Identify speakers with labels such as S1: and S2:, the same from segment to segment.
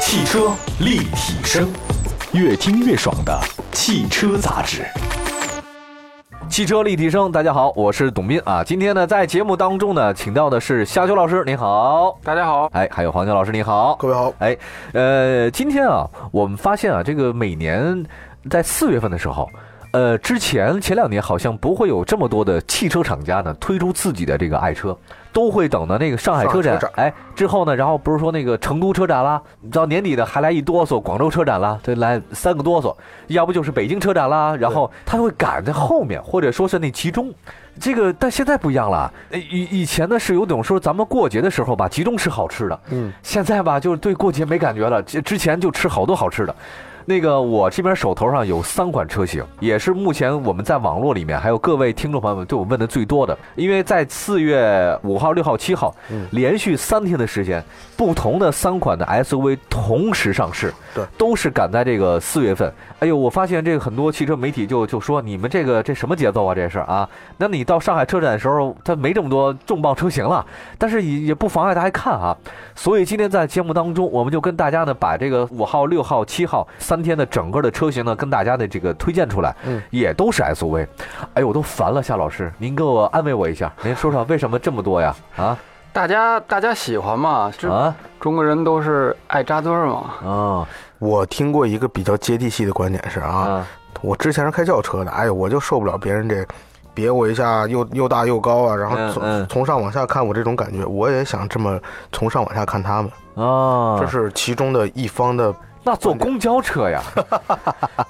S1: 汽车立体声，越听越爽的汽车杂志。
S2: 汽车立体声，大家好，我是董斌啊。今天呢，在节目当中呢，请到的是夏秋老师，您好。
S3: 大家好，
S2: 哎，还有黄牛老师，你好。
S4: 各位好，
S2: 哎，呃，今天啊，我们发现啊，这个每年在四月份的时候，呃，之前前两年好像不会有这么多的汽车厂家呢推出自己的这个爱车，都会等到那个上海车展，
S4: 上海车
S2: 哎之后呢，然后不是说那个成都车展啦，到年底的还来一哆嗦，广州车展啦，这来三个哆嗦，要不就是北京车展啦，然后他会赶在后面，或者说是那其中。这个，但现在不一样了。呃以以前呢是有种说咱们过节的时候吧，集中吃好吃的，
S4: 嗯，
S2: 现在吧，就是对过节没感觉了，之之前就吃好多好吃的。那个我这边手头上有三款车型，也是目前我们在网络里面还有各位听众朋友们对我问的最多的，因为在四月五号、六号、七号，连续三天的时间，不同的三款的 SUV 同时上市，
S4: 对，
S2: 都是赶在这个四月份。哎呦，我发现这个很多汽车媒体就就说你们这个这什么节奏啊，这是啊？那你到上海车展的时候，它没这么多重磅车型了，但是也也不妨碍大家看啊。所以今天在节目当中，我们就跟大家呢把这个五号、六号、七号三天的整个的车型呢，跟大家的这个推荐出来，
S4: 嗯
S2: 也都是 SUV。哎呦，我都烦了，夏老师，您给我安慰我一下，您说说为什么这么多呀？啊
S3: 大家大家喜欢嘛？这、
S2: 啊
S3: 中国人都是爱扎堆儿嘛。
S2: 哦
S4: 我听过一个比较接地气的观点是啊，
S2: 啊
S4: 我之前是开轿车的，哎呦，我就受不了别人这别我一下又又大又高啊，然
S2: 嗯
S4: 后从、
S2: 嗯
S4: 从上往下看我这种感觉，我也想这么从上往下看他们，
S2: 啊！
S4: 这是其中的一方的，
S2: 那坐公交车 呀，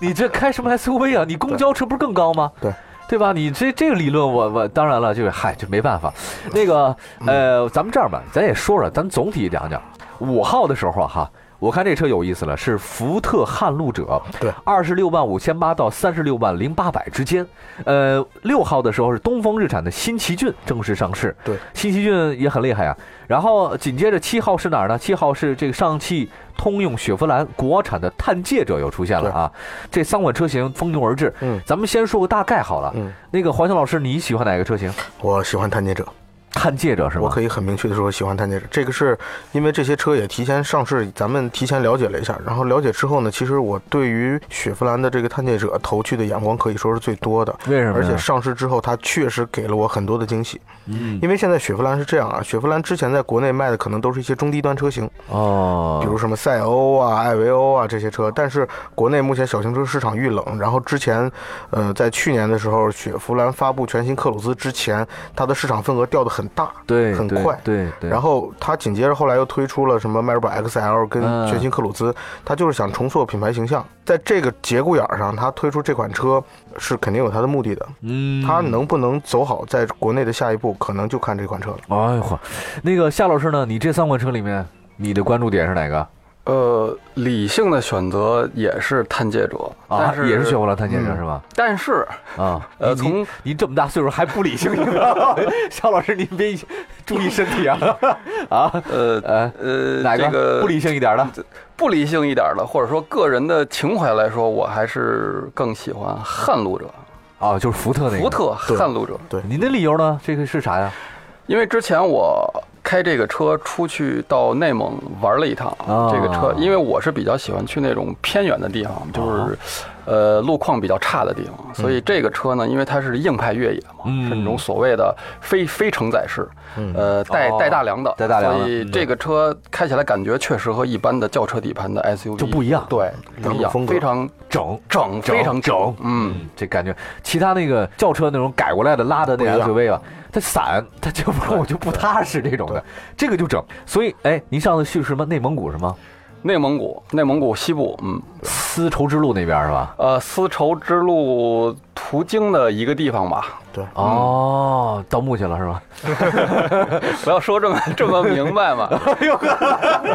S2: 你这开什么 SUV 啊？你公交车不是更高吗？
S4: 对。
S2: 对吧？你这这个理论我，我当然了，就是嗨，这没办法。那个呃，咱们这样吧，咱也说说，咱总体讲讲。五号的时候啊哈，我看这车有意思了，是福特撼路者，
S4: 对，
S2: 二十六万五千八到三十六万零八百之间。呃，六号的时候是东风日产的新奇骏正式上市，
S4: 对，
S2: 新奇骏也很厉害呀、然后紧接着七号是哪儿呢？七号是这个上汽通用雪佛兰国产的探界者又出现了啊！这三款车型蜂拥而至。
S4: 嗯
S2: 咱们先说个大概好了。
S4: 嗯，
S2: 那个黄强老师，你喜欢哪个车型？
S4: 我喜欢探界者，
S2: 探界者是
S4: 我
S2: 吗？
S4: 可以很明确的说我喜欢探界者，这个是因为这些车也提前上市，咱们提前了解了一下，然后了解之后呢，其实我对于雪佛兰的这个探界者投去的眼光可以说是最多的，
S2: 为什么
S4: 而
S2: 呀？
S4: 且上市之后它确实给了我很多的惊喜。
S2: 嗯
S4: 因为现在雪佛兰是这样啊，雪佛兰之前在国内卖的可能都是一些中低端车型，
S2: 哦，
S4: 比如什么赛欧啊、艾维欧啊这些车，但是国内目前小型车市场遇冷，然后之前，呃，在去年的时候，雪佛兰发布全新克鲁兹之前，它的市场份额掉得很大。
S2: 对，
S4: 很
S2: 对
S4: 快
S2: 对对。
S4: 然后它紧接着后来又推出了什么迈锐宝 XL 跟
S2: 嗯
S4: 全新克鲁兹，它就是想重塑品牌形象。在这个节骨眼儿上，它推出这款车是肯定有它的目的的。
S2: 嗯，
S4: 它能不能走好在国内的下一步，可能就看这款车了。
S2: 哎呦，那个夏老师呢？你这三款车里面，你的关注点是哪个？
S3: 呃，理性的选择也是探界者，
S2: 啊
S3: 但，是
S2: 也是雪佛兰探界者
S4: 嗯
S2: 是吧？
S3: 但是
S2: 啊，
S3: 呃，
S2: 你你
S3: 从
S2: 您这么大岁数还不理性， 你知道吗肖老师，您别注意身 体啊！啊，
S3: 呃
S2: 呃，
S3: 呃
S2: 哪
S3: 这个
S2: 不理性一点的？
S3: 不理性一点儿的，或者说个人的情怀来说，我还是更喜欢撼路者，
S2: 哦，就是福特那个。
S3: 福，特撼路者，
S2: 您的理由呢？这个是啥呀？
S3: 因为之前我开这个车出去到内蒙玩了一趟，
S2: 啊
S3: 这个车，因为我是比较喜欢去那种偏远的地方，
S2: 啊
S3: 就是，呃，路况比较差的地方，所以这个车呢，因为它是硬派越野嘛，
S2: 嗯
S3: 是那种所谓的非非承载式，呃，带
S2: 哦
S3: 带大梁的，
S2: 带大梁的
S3: 所以这个车开起来感觉确实和一般的轿车底盘的 SUV
S2: 就不一样
S3: 对，不一
S4: 两种
S3: 样，
S4: 风格
S3: 非常
S2: 整
S3: 整，非常
S2: 整，
S3: 嗯。
S2: 这感觉。其他那个轿车那种改过来的拉的那
S4: 不一样
S2: SUV 吧，啊它散，它就不我就不踏实这种的，这个就整。所以，哎，您上次去什么内蒙古是吗？
S3: 内蒙古，内蒙古西部，嗯，
S2: 丝绸之路那边是吧？
S3: 呃，丝绸之路途经的一个地方吧，
S4: 对，
S2: 哦，盗墓去了是吧？
S3: 不要说这么这么明白嘛。
S4: 哎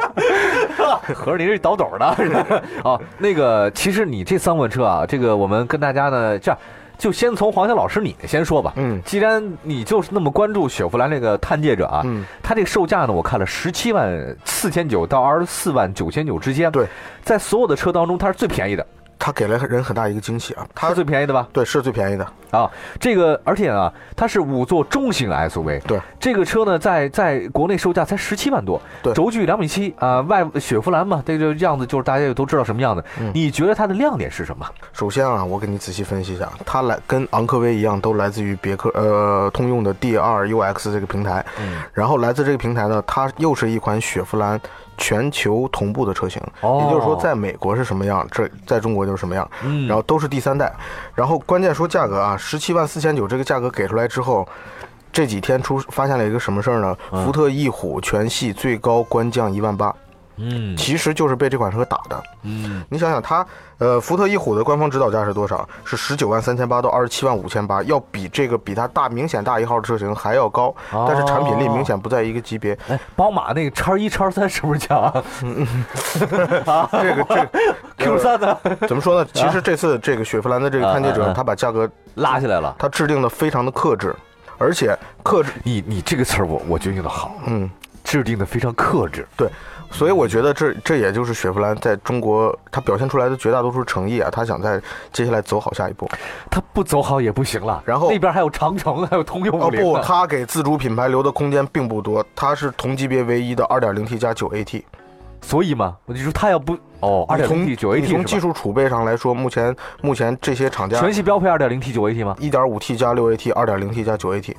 S2: 合着您是倒斗的哦，那个，其实你这三款车啊，这个我们跟大家呢，这样就先从黄晓老师你先说吧。
S4: 嗯
S2: 既然你就是那么关注雪佛兰这个探界者啊，
S4: 嗯，
S2: 它这个售价呢，我看了十七万四千九到二十四万九千九之间。
S4: 对，
S2: 在所有的车当中，它是最便宜的。
S4: 它给了人很大一个惊喜啊。它
S2: 它最便宜的吧？
S4: 对是最便宜的，
S2: 啊，这个而且啊，它是五座中型 SUV，
S4: 对，
S2: 这个车呢，在在国内售价才十七万多，
S4: 对
S2: 轴距两米七啊、外雪佛兰嘛，这个样子就是大家也都知道什么样子。
S4: 嗯
S2: 你觉得它的亮点是什么？
S4: 首先啊，我给你仔细分析一下，它来跟昂科威一样，都来自于别克呃通用的 D 二 UX 这个平台，
S2: 嗯，
S4: 然后来自这个平台呢，它又是一款雪佛兰全球同步的车型，
S2: 哦
S4: 也就是说在美国是什么样，这在中国就是什么样，
S2: 嗯
S4: 然后都是第三代，然后关键说价格啊，十七万四千九这个价格给出来之后。这几天出发现了一个什么事儿呢？福特翼虎全系最高官降一万八，
S2: 嗯
S4: 其实就是被这款车打的。
S2: 嗯，
S4: 你想想它，呃，福特翼虎的官方指导价是多少？是十九万三千八到二十七万五千八，要比这个比它大明显大一号的车型还要高，
S2: 哦
S4: 但是产品力明显不在一个级别。
S2: 哎，宝马那个叉一叉三是不是强
S4: 嗯这个这个
S2: ？Q 三呢？
S4: 怎么说 呢？其实这次这个雪佛兰的这个
S2: 啊
S4: 探界
S2: 啊
S4: 者
S2: 啊，
S4: 它把价格
S2: 拉下来了。
S4: 它制定的非常的克制，而且克制，
S2: 你你这个词儿我我觉得用的好，
S4: 嗯，
S2: 制定的非常克制。
S4: 对，所以我觉得这这也就是雪佛兰在中国它表现出来的绝大多数诚意啊，它想在接下来走好下一步。
S2: 它不走好也不行了。
S4: 然后
S2: 那边还有长城，还有通用五
S4: 哦
S2: 菱呢。
S4: 不，它给自主品牌留的空间并不多，它是同级别唯一的 2.0T 加 9AT。
S2: 所以嘛，我就说它要不哦，二点零 T 九
S4: 你从
S2: AT
S4: 技
S2: 是吧？
S4: 术储备上来说，目前目前这些厂家
S2: 全系标配二点零 T 九 AT 吗？
S4: 1.5T 加 6AT、2.0T 加 9AT、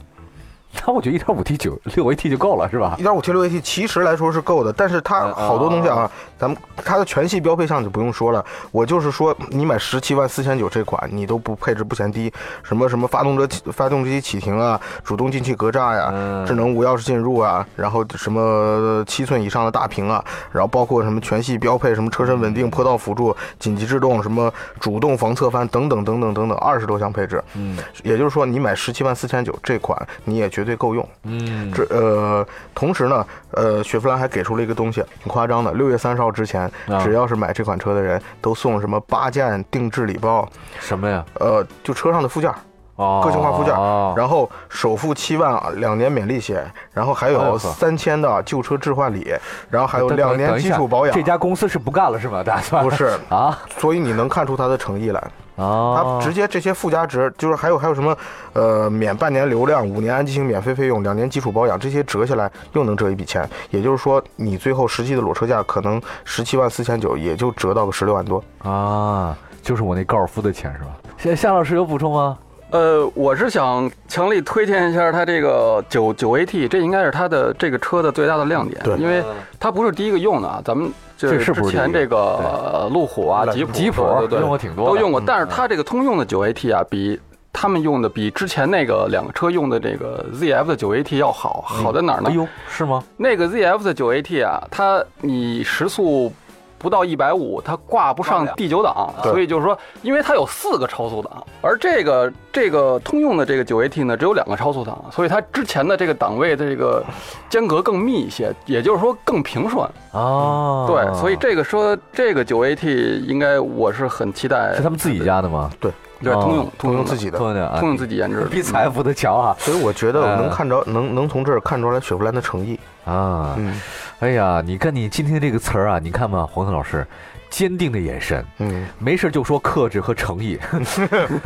S2: 那我觉得一点五 T 九六 AT 就够了，是吧？
S4: 1.5T、6AT 其实来说是够的，但是它
S2: 嗯
S4: 好多东西啊，咱们它的全系标配项就不用说了。我就是说，你买十七万四千九这款，你都不配置不嫌低，什么什么发动车起发动机启停啊，主动进气格栅呀、
S2: 嗯
S4: 智能无钥匙进入啊，然后什么七寸以上的大屏啊，然后包括什么全系标配，什么车身稳定、坡道辅助、紧急制动、什么主动防侧翻等等等等等等，二十多项配置。
S2: 嗯
S4: 也就是说，你买十七万四千九这款，你也绝对够用。
S2: 嗯，
S4: 这呃，同时呢，呃，雪佛兰还给出了一个东西，挺夸张的。六月三十号之前
S2: 啊，
S4: 只要是买这款车的人，都送什么八件定制礼包，
S2: 什么呀？
S4: 呃，就车上的附件，
S2: 哦，
S4: 个性化附件
S2: 哦、
S4: 然后首付七万，啊两年免利息，然后还
S2: 哎呦
S4: 有
S2: 呵
S4: 三千的旧车置换礼，然后还有
S2: 等
S4: 两年
S2: 等一
S4: 基
S2: 下
S4: 础保养。
S2: 这家公司是不干了是吗？打算
S4: 不是，
S2: 啊
S4: 所以你能看出它的诚意来。
S2: 哦
S4: 它，直接这些附加值，就是还有还有什么，呃，免半年流量、五年安机型免费费用、两年基础保养，这些折下来又能折一笔钱。也就是说，你最后实际的裸车价可能十七万四千九，也就折到个十六万多。
S2: 啊，就是我那高尔夫的钱是吧？夏夏老师有补充吗？
S3: 呃，我是想强力推荐一下它这个九九 AT，这应该是它的这个车的最大的亮点，
S4: 对
S3: 因为它不是第一个用的啊，咱们
S2: 这
S3: 就是
S2: 不
S3: 之
S2: 是
S3: 前
S2: 第一个
S3: 这个呃路虎啊、
S4: 对
S3: 吉普、
S2: 吉普
S3: 对对
S2: 用过
S3: 对，
S2: 挺多的，
S3: 都用过，
S4: 嗯
S3: 但是它这个通用的九 AT 啊，比他们用的比之前那个两个车用的这个 ZF 的九 AT 要好，好在哪儿呢
S2: 哎？呦，是吗？
S3: 那个 ZF 的九 AT 啊，它你时速不到一百五，它挂不上第九档，
S4: 对
S3: 所以就是说，因为它有四个超速档，而这个这个通用的这个九 AT 呢，只有两个超速档，所以它之前的这个档位的这个间隔更密一些，也就是说更平顺。
S2: 啊，
S3: 对，所以这个说这个九 AT 应该我是很期待
S2: 是，他们自己家的吗？
S3: 对
S2: 哦
S3: 通用
S4: 通用
S3: 的
S4: 自己的，
S2: 对的啊
S3: 通，用自己研制的，嗯
S2: 比 财富的强啊
S4: 所以我觉得我
S2: 呃
S4: 能看着，能能从这儿看出来雪佛兰的诚意。
S2: 啊！
S4: 嗯
S2: 哎呀，你看你今天这个词儿啊，你看吧，黄腾老师，坚定的眼神，
S4: 嗯，
S2: 没事就说克制和诚意。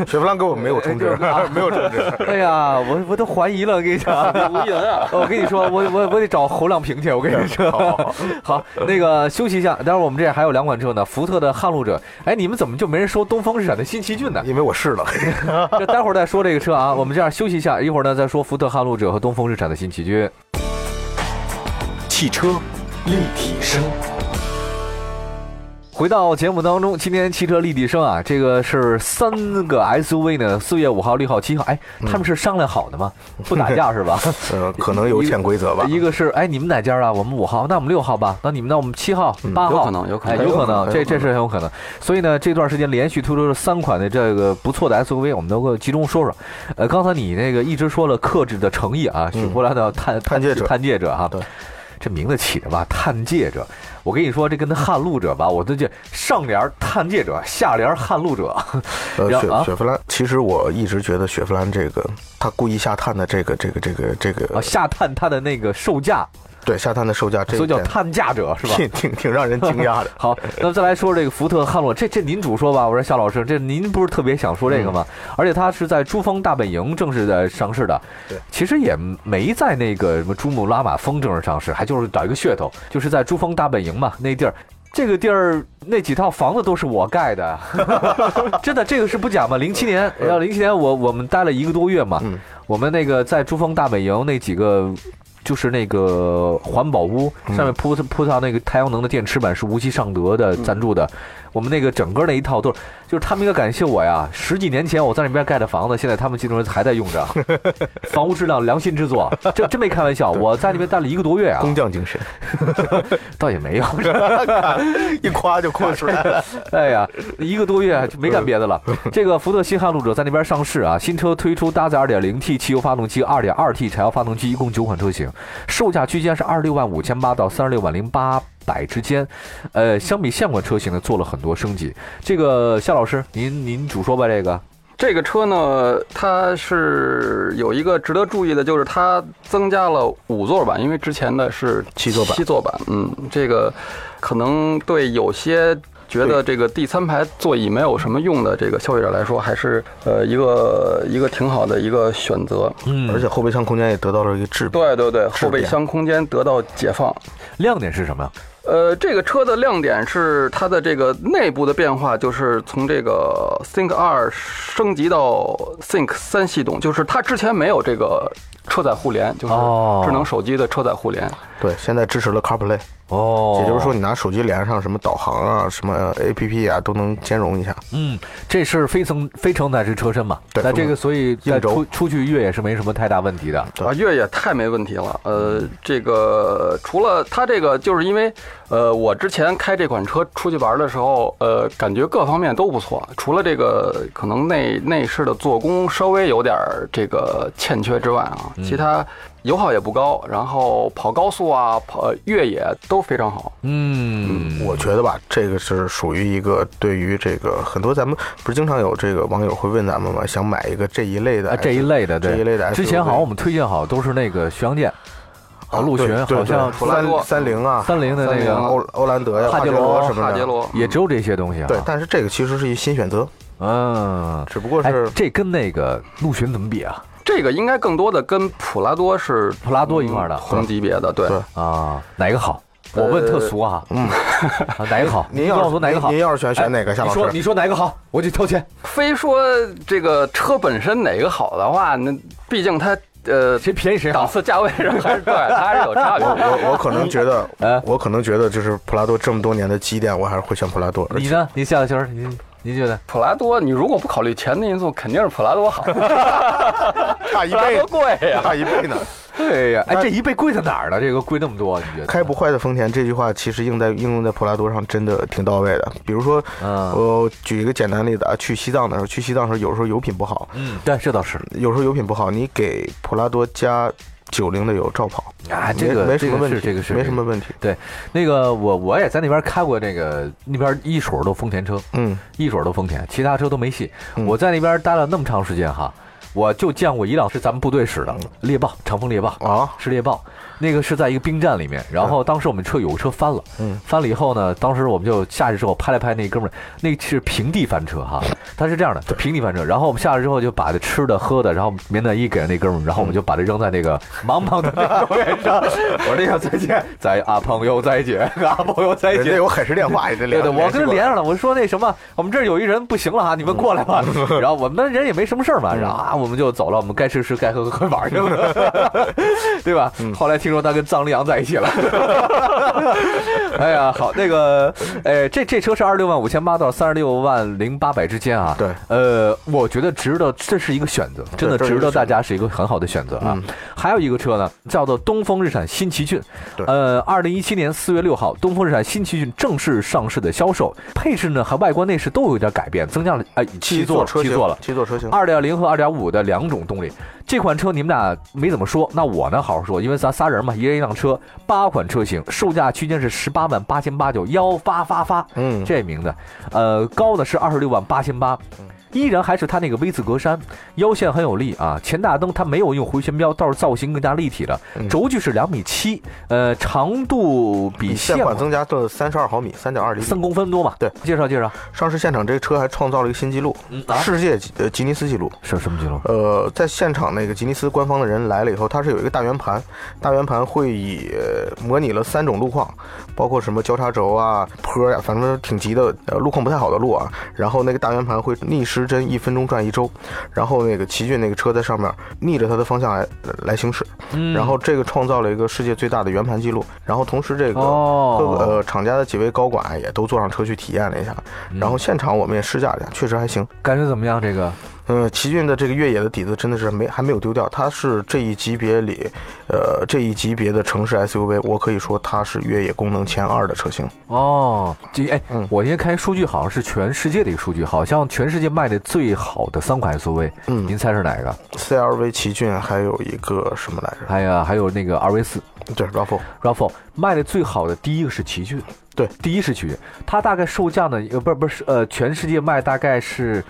S4: 雪佛兰跟我没有争执， 没有争执。
S2: 哎呀，我我都怀疑了，我跟你 讲。
S3: 无银啊。
S2: 哦我跟你说，我我我得找侯亮平去。我跟你说， 好，那个休息一下。待会儿我们这还有两款车呢，福特的撼路者。哎，你们怎么就没人说东风日产的新奇骏 呢？
S4: 因为我试了，
S2: 这待会儿再说这个车啊。我们这样休息一下，一会儿呢再说福特撼路者和东风日产的新奇骏。
S1: 汽车立体声，
S2: 回到节目当中，今天汽车立体声啊，这个是三个 SUV 呢，四月五号、六号、七号，哎，他们是商量好的吗？不打架是吧？
S4: 呃，可能有潜规则吧。
S2: 一个是哎，你们哪家啊？我们五号，那我们六号吧，那你们那我们七号、八号，
S3: 有可能有可能
S2: 哎有可能，
S4: 嗯有可能
S2: 这这是很有可能。所以呢，这段时间连续推出了三款的这个不错的 SUV，我们都会集中说说。呃，刚才你那个一直说了克制的诚意啊，
S4: 嗯
S2: 许波兰的探
S4: 探界者
S2: 探界者哈、
S4: 对
S2: 这名字起的吧，探界者。我跟你说，这跟那撼路者吧，我都这上联儿探界者，下联儿撼路者。
S4: 呃，
S2: 然后啊
S4: 雪雪佛兰，其实我一直觉 得雪佛兰这个，他故意下探的这个这个这个这个
S2: 啊，下探它的那个售价
S4: 对下探的售呃价，这
S2: 所
S4: 一
S2: 以叫
S4: 点
S2: 探价者是吧？。
S4: 挺挺挺让人惊讶的
S2: 好，那么再来说这个福特汉罗，这这您主说吧。我说夏老师，这您不是特别想说这个吗？
S4: 嗯
S2: 而且它是在珠峰大本营正式的上市的，
S4: 对，
S2: 其实也没在那个什么珠穆朗玛峰正式上市，还就是找一个噱头，就是在珠峰大本营嘛，那地儿。这个地儿那几套房子都是我盖的， 真的，这个是不假嘛。零七年，然后零七年我我们待了一个多月嘛，
S4: 呃嗯
S2: 我们那个在珠峰大本营那几个。就是那个环保屋上面铺铺上那个太阳能的电池板是无锡尚德的赞助的，我们那个整个那一套都是，就是他们应该感谢我呀。十几年前我在那边盖的房子，现在他们进城还在用着，房屋质量良心之作，这真没开玩笑。我在那边待了一个多 月啊，
S4: 工匠 精神，
S2: 倒也没有，
S4: 一夸就夸出来了。
S2: 哎呀，一个多月就没干别的 了。这个福特新撼路者在那边上市啊，新车推出搭载 2.0T 汽油发动机、2.2T 柴油发动机，一共九款车型，售价区间是二六万五千八到三十六万零八百之间。呃，相比现款车型呢，做了很多升级。这个夏老师，您您主说吧，这个
S3: 这个车呢，它是有一个值得注意的，就是它增加了五座版，因为之前的是
S4: 七座版
S3: 七座版，嗯，这个可能对有些觉得这个第三排座椅没有什么用的这个消费者来说，还是呃一个一个挺好的一个选择。
S2: 嗯
S4: 而且后备箱空间也得到了一个质变。
S3: 对对对，
S4: 是
S3: 后备
S4: 这样
S3: 箱空间得到解放。
S2: 亮点是什么？
S3: 呃，这个车的亮点是它的这个内部的变化，就是从这个 Think 二升级到 Think 三系统，就是它之前没有这个车载互联，就是
S2: 哦
S3: 智能手机的车载互联。
S4: 对，现在支持了 CarPlay，
S2: 哦，
S4: 也就是说，你拿手机连上什么导航啊、什么 APP 啊，都能兼容一下。
S2: 嗯，这是非承非承载式车身嘛？
S4: 对
S2: 那这个所以在
S4: 硬轴
S2: 出出去越野是没什么太大问题的。
S4: 对
S3: 啊，越野太没问题了。呃，这个除了它这个，就是因为呃，我之前开这款车出去玩的时候，呃，感觉各方面都不错，除了这个可能内内饰的做工稍微有点儿这个欠缺之外啊，
S2: 嗯
S3: 其他油耗也不高，然后跑高速啊、跑呃越野都非常好。
S2: 嗯，
S4: 我觉得吧，这个是属于一个对于这个很多咱们不是经常有这个网友会问咱们吗？想买一个这一类的
S2: 啊，这一
S4: SUV
S2: 类的，对，
S4: 这一类的 SUV
S2: 之前好像我们推荐好都是那个巡洋舰，啊，陆巡
S4: 对对
S2: 好像
S4: 对
S3: 普拉多
S4: 三三菱啊，
S2: 三菱的那
S3: 三菱
S2: 个，
S3: 啊
S4: 欧欧蓝德呀、
S2: 帕
S4: 帕
S2: 杰
S4: 杰
S2: 罗
S4: 罗什么
S3: 帕
S4: 的。
S3: 杰罗嗯
S2: 也只有这些东西啊。
S4: 对，但是这个其实是一新选择，
S2: 嗯，
S4: 只不过
S2: 哎
S4: 是，
S2: 这跟那个陆巡怎么比啊？
S3: 这个应该更多的跟普拉多是嗯
S2: 普拉多一块儿的
S3: 同级别的，对。
S4: 对
S2: 啊，哪个好？我问特俗啊，嗯，哪个好？
S4: 呃 您
S2: 告
S4: 要
S2: 诉
S4: 是
S2: 我哪个好哎
S4: 您？要是选选哪个，夏
S2: 你
S4: 老
S2: 说
S4: 师？
S2: 你说哪个好，我去掏钱。
S3: 非说这个车本身哪个好的话，那毕竟它呃
S2: 谁便宜谁好
S3: 档次价位上还是对，它还是有差别的。
S4: 我我可能觉得
S2: 哎，
S4: 我可能觉得就是普拉多这么多年的积淀，我还是会选普拉多。而
S2: 你
S4: 且
S2: 呢？你夏小球，您您觉得？
S3: 普拉多，你如果不考虑钱的因素，肯定是普拉多好，
S4: 差一
S3: 普拉
S4: 倍
S3: 多，贵呀。
S4: 差一倍呢。
S2: 对呀，哎，这一倍贵在哪儿呢？这个贵那么多，你觉得？
S4: 开不坏的丰田这句话其实用在应用在普拉多上真的挺到位的。比如说，
S2: 嗯
S4: 我举一个简单例子啊，去西藏的时候，去西藏的时候，有时候油品不好，
S2: 嗯，对，这倒是
S4: 有时候油品不好，你给普拉多加九零的油照跑，
S2: 啊，
S4: 没
S2: 这个
S4: 没什
S2: 这
S4: 么
S2: 个
S4: 问题，
S2: 是这个是
S4: 没什么问题。
S2: 对，那个我我也在那边开过那个那边一水儿都丰田车，
S4: 嗯，
S2: 一水儿都丰田，其他车都没戏。
S4: 嗯
S2: 我在那边待了那么长时间哈，我就见过一辆是咱们部队使的猎豹，长风猎豹
S4: 啊，
S2: 是猎豹，那个是在一个兵站里面，然后当时我们车有个车翻了，
S4: 嗯
S2: 翻了以后呢，当时我们就下去之后拍了拍那哥们儿，那是平地翻车哈，他是这样的，平地翻车，然后我们下去之后就把这吃的喝的，然后棉大衣给了那哥们儿，然后我们就把这扔在那个茫茫的那个原上，我说那个再见，再啊朋友再见，啊朋友再
S4: 人家
S2: 见。
S4: 有海事电话，这
S2: 对
S4: 联
S2: 对，我跟他
S4: 联系过
S2: 连上了，我说那什么，我们这儿有一人不行了 哈，你们过来吧。然后我们人也没什么事儿嘛，
S4: 嗯
S2: 然后啊我们就走了，我们该吃吃，该喝喝，该玩去 了，对吧？
S4: 嗯
S2: 后来听说他跟藏羚羊在一起了。 哎呀，好，那个，呃，这这车是二十六万五千八到三十六万零八百之间啊。
S4: 对
S2: 呃，我觉得值得，这是一个选择，真的
S4: 这是
S2: 值
S4: 一个
S2: 得大
S4: 选择嗯
S2: 家是一个很好的选择啊。还有一个车呢，叫做东风日产新奇骏。
S4: 对
S2: 呃，二零一七年四月六号，东风日产新奇骏正式上市的销售，配置呢和外观内饰都有一点改变，增加了呃七
S4: 七
S2: 座
S4: 座
S2: 了
S4: 车
S2: 七
S4: 型
S2: 座了，。啊
S4: 七座车型。
S2: 二点零和二点五的两种动力。这款车你们俩没怎么说，那我呢好好说，因为咱仨人嘛，一人一辆车，八款车型，售价区间是十八万八千八九幺发发发，
S4: 嗯，
S2: 这名字，呃，高的是二十六万八千八，依然还是它那个 V 字格栅，腰线很有力啊。前大灯它没有用回旋镖，倒是造型更加立体了。
S4: 嗯
S2: 轴距是两米七，呃，长度比
S4: 嗯
S2: 现
S4: 线宽
S2: 款
S4: 增加到三十二毫米，三点二厘米。
S2: 三公分多嘛。
S4: 对，
S2: 介绍介绍。
S4: 上市现场这个车还创造了一个新纪录，
S2: 嗯啊，
S4: 世界吉呃吉尼斯纪录。
S2: 是什么记录？
S4: 呃，在现场那个吉尼斯官方的人来了以后，它是有一个大圆盘，大圆盘会以呃模拟了三种路况，包括什么交叉轴啊、坡呀、反正挺急的，呃，路况不太好的路啊。然后那个大圆盘会逆时针一分钟转一周，然后那个奇骏那个车在上面逆着它的方向来呃来行驶，
S2: 嗯
S4: 然后这个创造了一个世界最大的圆盘记录。然后同时这个各个
S2: 哦，
S4: 呃厂家的几位高管也都坐上车去体验了一下，
S2: 嗯
S4: 然后现场我们也试驾了一下，确实还行。
S2: 感觉怎么样？这个
S4: 嗯，奇骏的这个越野的底子真的是没还没有丢掉，它是这一级别里，呃，这一级别的城市 SUV，我可以说它是越野功能前二的车型。
S2: 哦，这哎
S4: 嗯，
S2: 我今天看一数据，好像是全世界的一个数据，好像全世界卖的最好的三款 SUV，您
S4: 嗯
S2: 猜是哪个？
S4: ，CRV 奇骏还有一个什么来着？
S2: 还有还有那个 RV 四
S4: 对 r a f
S2: RAV4 卖的最好的第一个是奇骏，
S4: 对
S2: 第一是奇骏，它大概售价呢，呃，不是不是，呃，全世界卖大概是。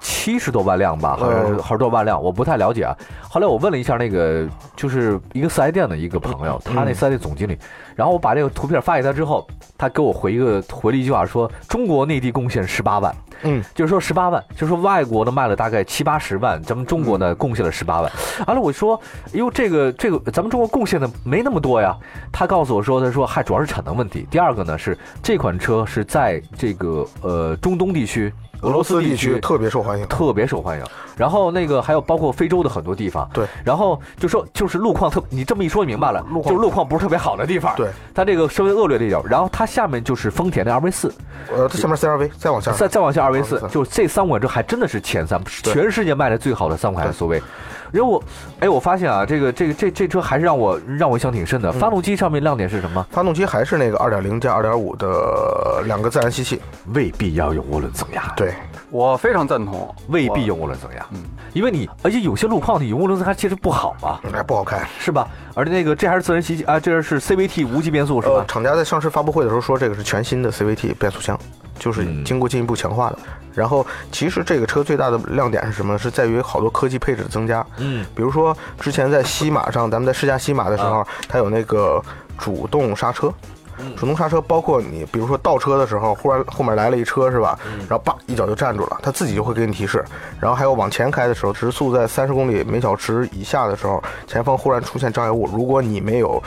S2: 七十多万辆吧，好像是
S4: 嗯
S2: 好多万辆，我不太了解啊。后来我问了一下那个，就是一个四 S 店的一个朋友，他那
S4: 嗯
S2: 四 S 店总经理，然后我把这个图片发给他之后，他给我回一个回了一句话说，中国内地贡献十八万，
S4: 嗯，
S2: 就是说十八万，就是说外国呢卖了大概七八十万，咱们中国
S4: 嗯
S2: 呢贡献了十八万。完了我说，哟，这个这个咱们中国贡献的没那么多呀。他告诉我说，他说嗨，主要是产能问题。第二个呢是这款车是在这个呃中东地区、俄罗斯
S4: 地
S2: 地区
S4: 特别受欢迎。
S2: 特别受欢迎。然后那个还有包括非洲的很多地方，
S4: 对。
S2: 然后就说就是路况特，你这么一说明白了，
S4: 路况
S2: 就是路况不是特别好的地方，
S4: 对，
S2: 它这个稍微恶劣了一点。然后它下面就是丰田的 RV 四，
S4: 呃，它下面 CRV，再往下，
S2: 再再往下二 v 四
S4: 往，下
S2: 就是这三款车还真的是前三，
S4: 对
S2: 全世界卖的最好的三款 SUV。然后我，哎，我发现啊，这个这个这这车还是让我让我印象挺深的。
S4: 嗯
S2: 发动机上面亮点是什么？
S4: 发动机还是那个2.0加2.5的两个自然吸气。
S2: 未必要用涡轮增压，，
S4: 对，
S3: 我非常赞同，
S2: 未必
S3: 有。
S2: 用涡轮增压，
S3: 嗯
S2: 因为你而且有些路况你用涡轮增压其实不好嘛，
S4: 哎，不好开。
S2: 是吧？而且那个这还是自然吸气啊，这是 CVT 无级变速是
S4: 呃
S2: 吧，？
S4: 厂家在上市发布会的时候说，这个是全新的 CVT 变速箱，就是
S2: 嗯
S4: 经过进一步强化的。然后，其实这个车最大的亮点是什么？是在于好多科技配置的增加，
S2: 嗯，
S4: 比如说之前在西马上，咱们在试驾西马的时候，它有那个主动刹车。主动刹车包括你，比如说倒车的时候，忽然后面来了一车是吧？然后叭一脚就站住了，它自己就会给你提示。然后还有往前开的时候，时速在三十公里每小时以下的时候，前方忽然出现障碍物，如果你没有，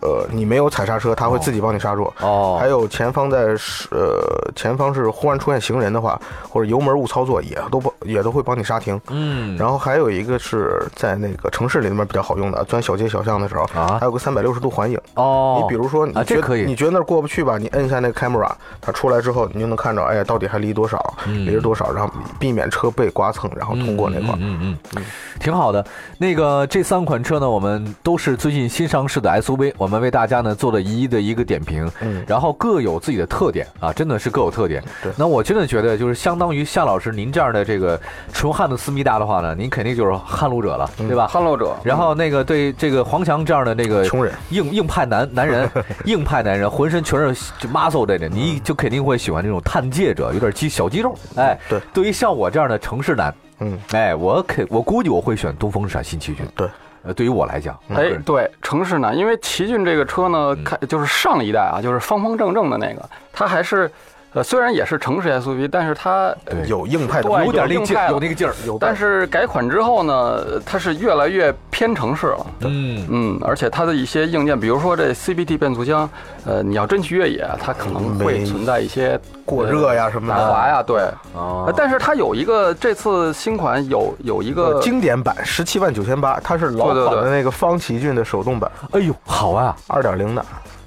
S4: 呃，你没有踩刹车，它会自己帮你刹住。
S2: 哦，
S4: 还有前方在是呃前方是忽然出现行人的话，或者油门误操作也都不也都会帮你刹停。
S2: 嗯，
S4: 然后还有一个是在那个城市里面比较好用的，钻小街小巷的时候，
S2: 啊
S4: 还有个三百六十度环影。
S2: 哦，
S4: 你比如说，你觉得、
S2: 啊这可以
S4: 你觉得那儿过不去吧？你摁一下那个 camera，它出来之后，你就能看着，哎，到底还离多少，
S2: 嗯
S4: 离着多少，然后避免车被刮蹭，然后通过那块儿。
S2: 嗯嗯嗯，挺好的。那个这三款车呢，我们都是最近新上市的 SUV，我们为大家呢做了一一的一个点评，
S4: 嗯
S2: 然后各有自己的特点啊，真的是各有特点
S4: 对。
S2: 那我真的觉得，就是相当于夏老师您这样的这个纯汉子思密达的话呢，您肯定就是汉路者了，对吧？
S3: 啊汉路者，
S2: 然后那个对这个黄强这样的那个
S4: 穷人
S2: 硬硬派男男人，硬派男人浑身全是 muscle 这的，你就肯定会喜欢这种探界者，有点肌小肌肉。哎，
S4: 对
S2: 对于像我这样的城市男，
S4: 嗯，
S2: 哎，我肯我估计我会选东风日产新奇骏。
S4: 对，
S2: 呃，对于我来讲，
S3: 哎，
S4: 嗯
S3: 对，城市男，因为奇骏这个车呢，
S2: 嗯
S3: 开就是上一代啊，就是方方正正的那个，它还是，呃，虽然也是城市 SUV，但是它，呃
S2: 对
S4: 哎有硬派的
S3: 对
S4: 东西，
S2: 有点那个劲
S3: 有硬派
S2: 儿，
S3: 了
S2: 有那个劲儿，有
S3: 但是改款之后呢，它是越来越偏城市了。
S2: 嗯，
S3: 嗯，而且它的一些硬件，比如说这 CVT 变速箱，呃，你要真去越野，它可能会
S4: 没
S3: 存在一些
S4: 过热呀什么的
S3: 打滑呀，对。
S2: 啊
S4: 哦
S3: 呃，但是它有一个这次新款有有一个
S4: 呃经典版十七万九千八，它是老
S3: 对对
S4: 款的
S3: 对
S4: 那个方奇骏的手动版，
S2: 哎呦，好啊，
S4: 二点零的。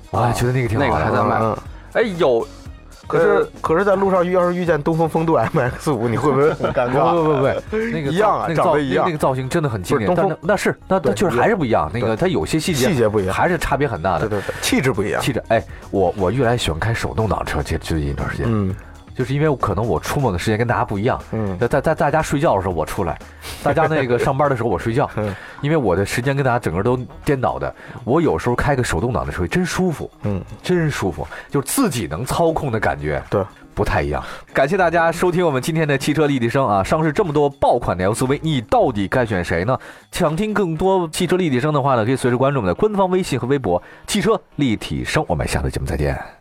S2: 我还觉呃得那个挺好
S3: 那
S2: 的。
S3: 个还在卖
S4: 嗯，
S3: 哎有，呃
S4: 可是可是在路上遇要是遇见东风风度 MX 五，你会不会很尴
S2: 不
S4: 尬？
S2: 不不不，那个
S4: 一样
S2: 造
S4: 啊
S2: 那个
S4: 长
S2: 造
S4: 得一样
S2: 那个造型真的很经典，
S4: 不是
S2: 但
S4: 东
S2: 是
S4: 风
S2: 那是那那
S4: 对
S2: 就是还是不一样，那个它有些细节
S4: 细节不一样
S2: 还是差别很大
S4: 对
S2: 的。
S4: 对对，气质不一样。
S2: 记着，哎，我我越来越喜欢开手动挡车，这最近一段时间，
S4: 嗯
S2: 就是因为可能我出门的时间跟大家不一样，
S4: 嗯
S2: 在在在大家睡觉的时候我出来，大家那个上班的时候我睡觉，
S4: 嗯
S2: 因为我的时间跟大家整个都颠倒的。我有时候开个手动挡的车真舒服，
S4: 嗯，
S2: 真舒服，就是自己能操控的感觉。
S4: 对，
S2: 不太一样。感谢大家收听我们今天的汽车立体声啊！上市这么多爆款的 SUV，你到底该选谁呢？想听更多汽车立体声的话呢，可以随时关注我们的官方微信和微博“汽车立体声”。我们下次节目再见。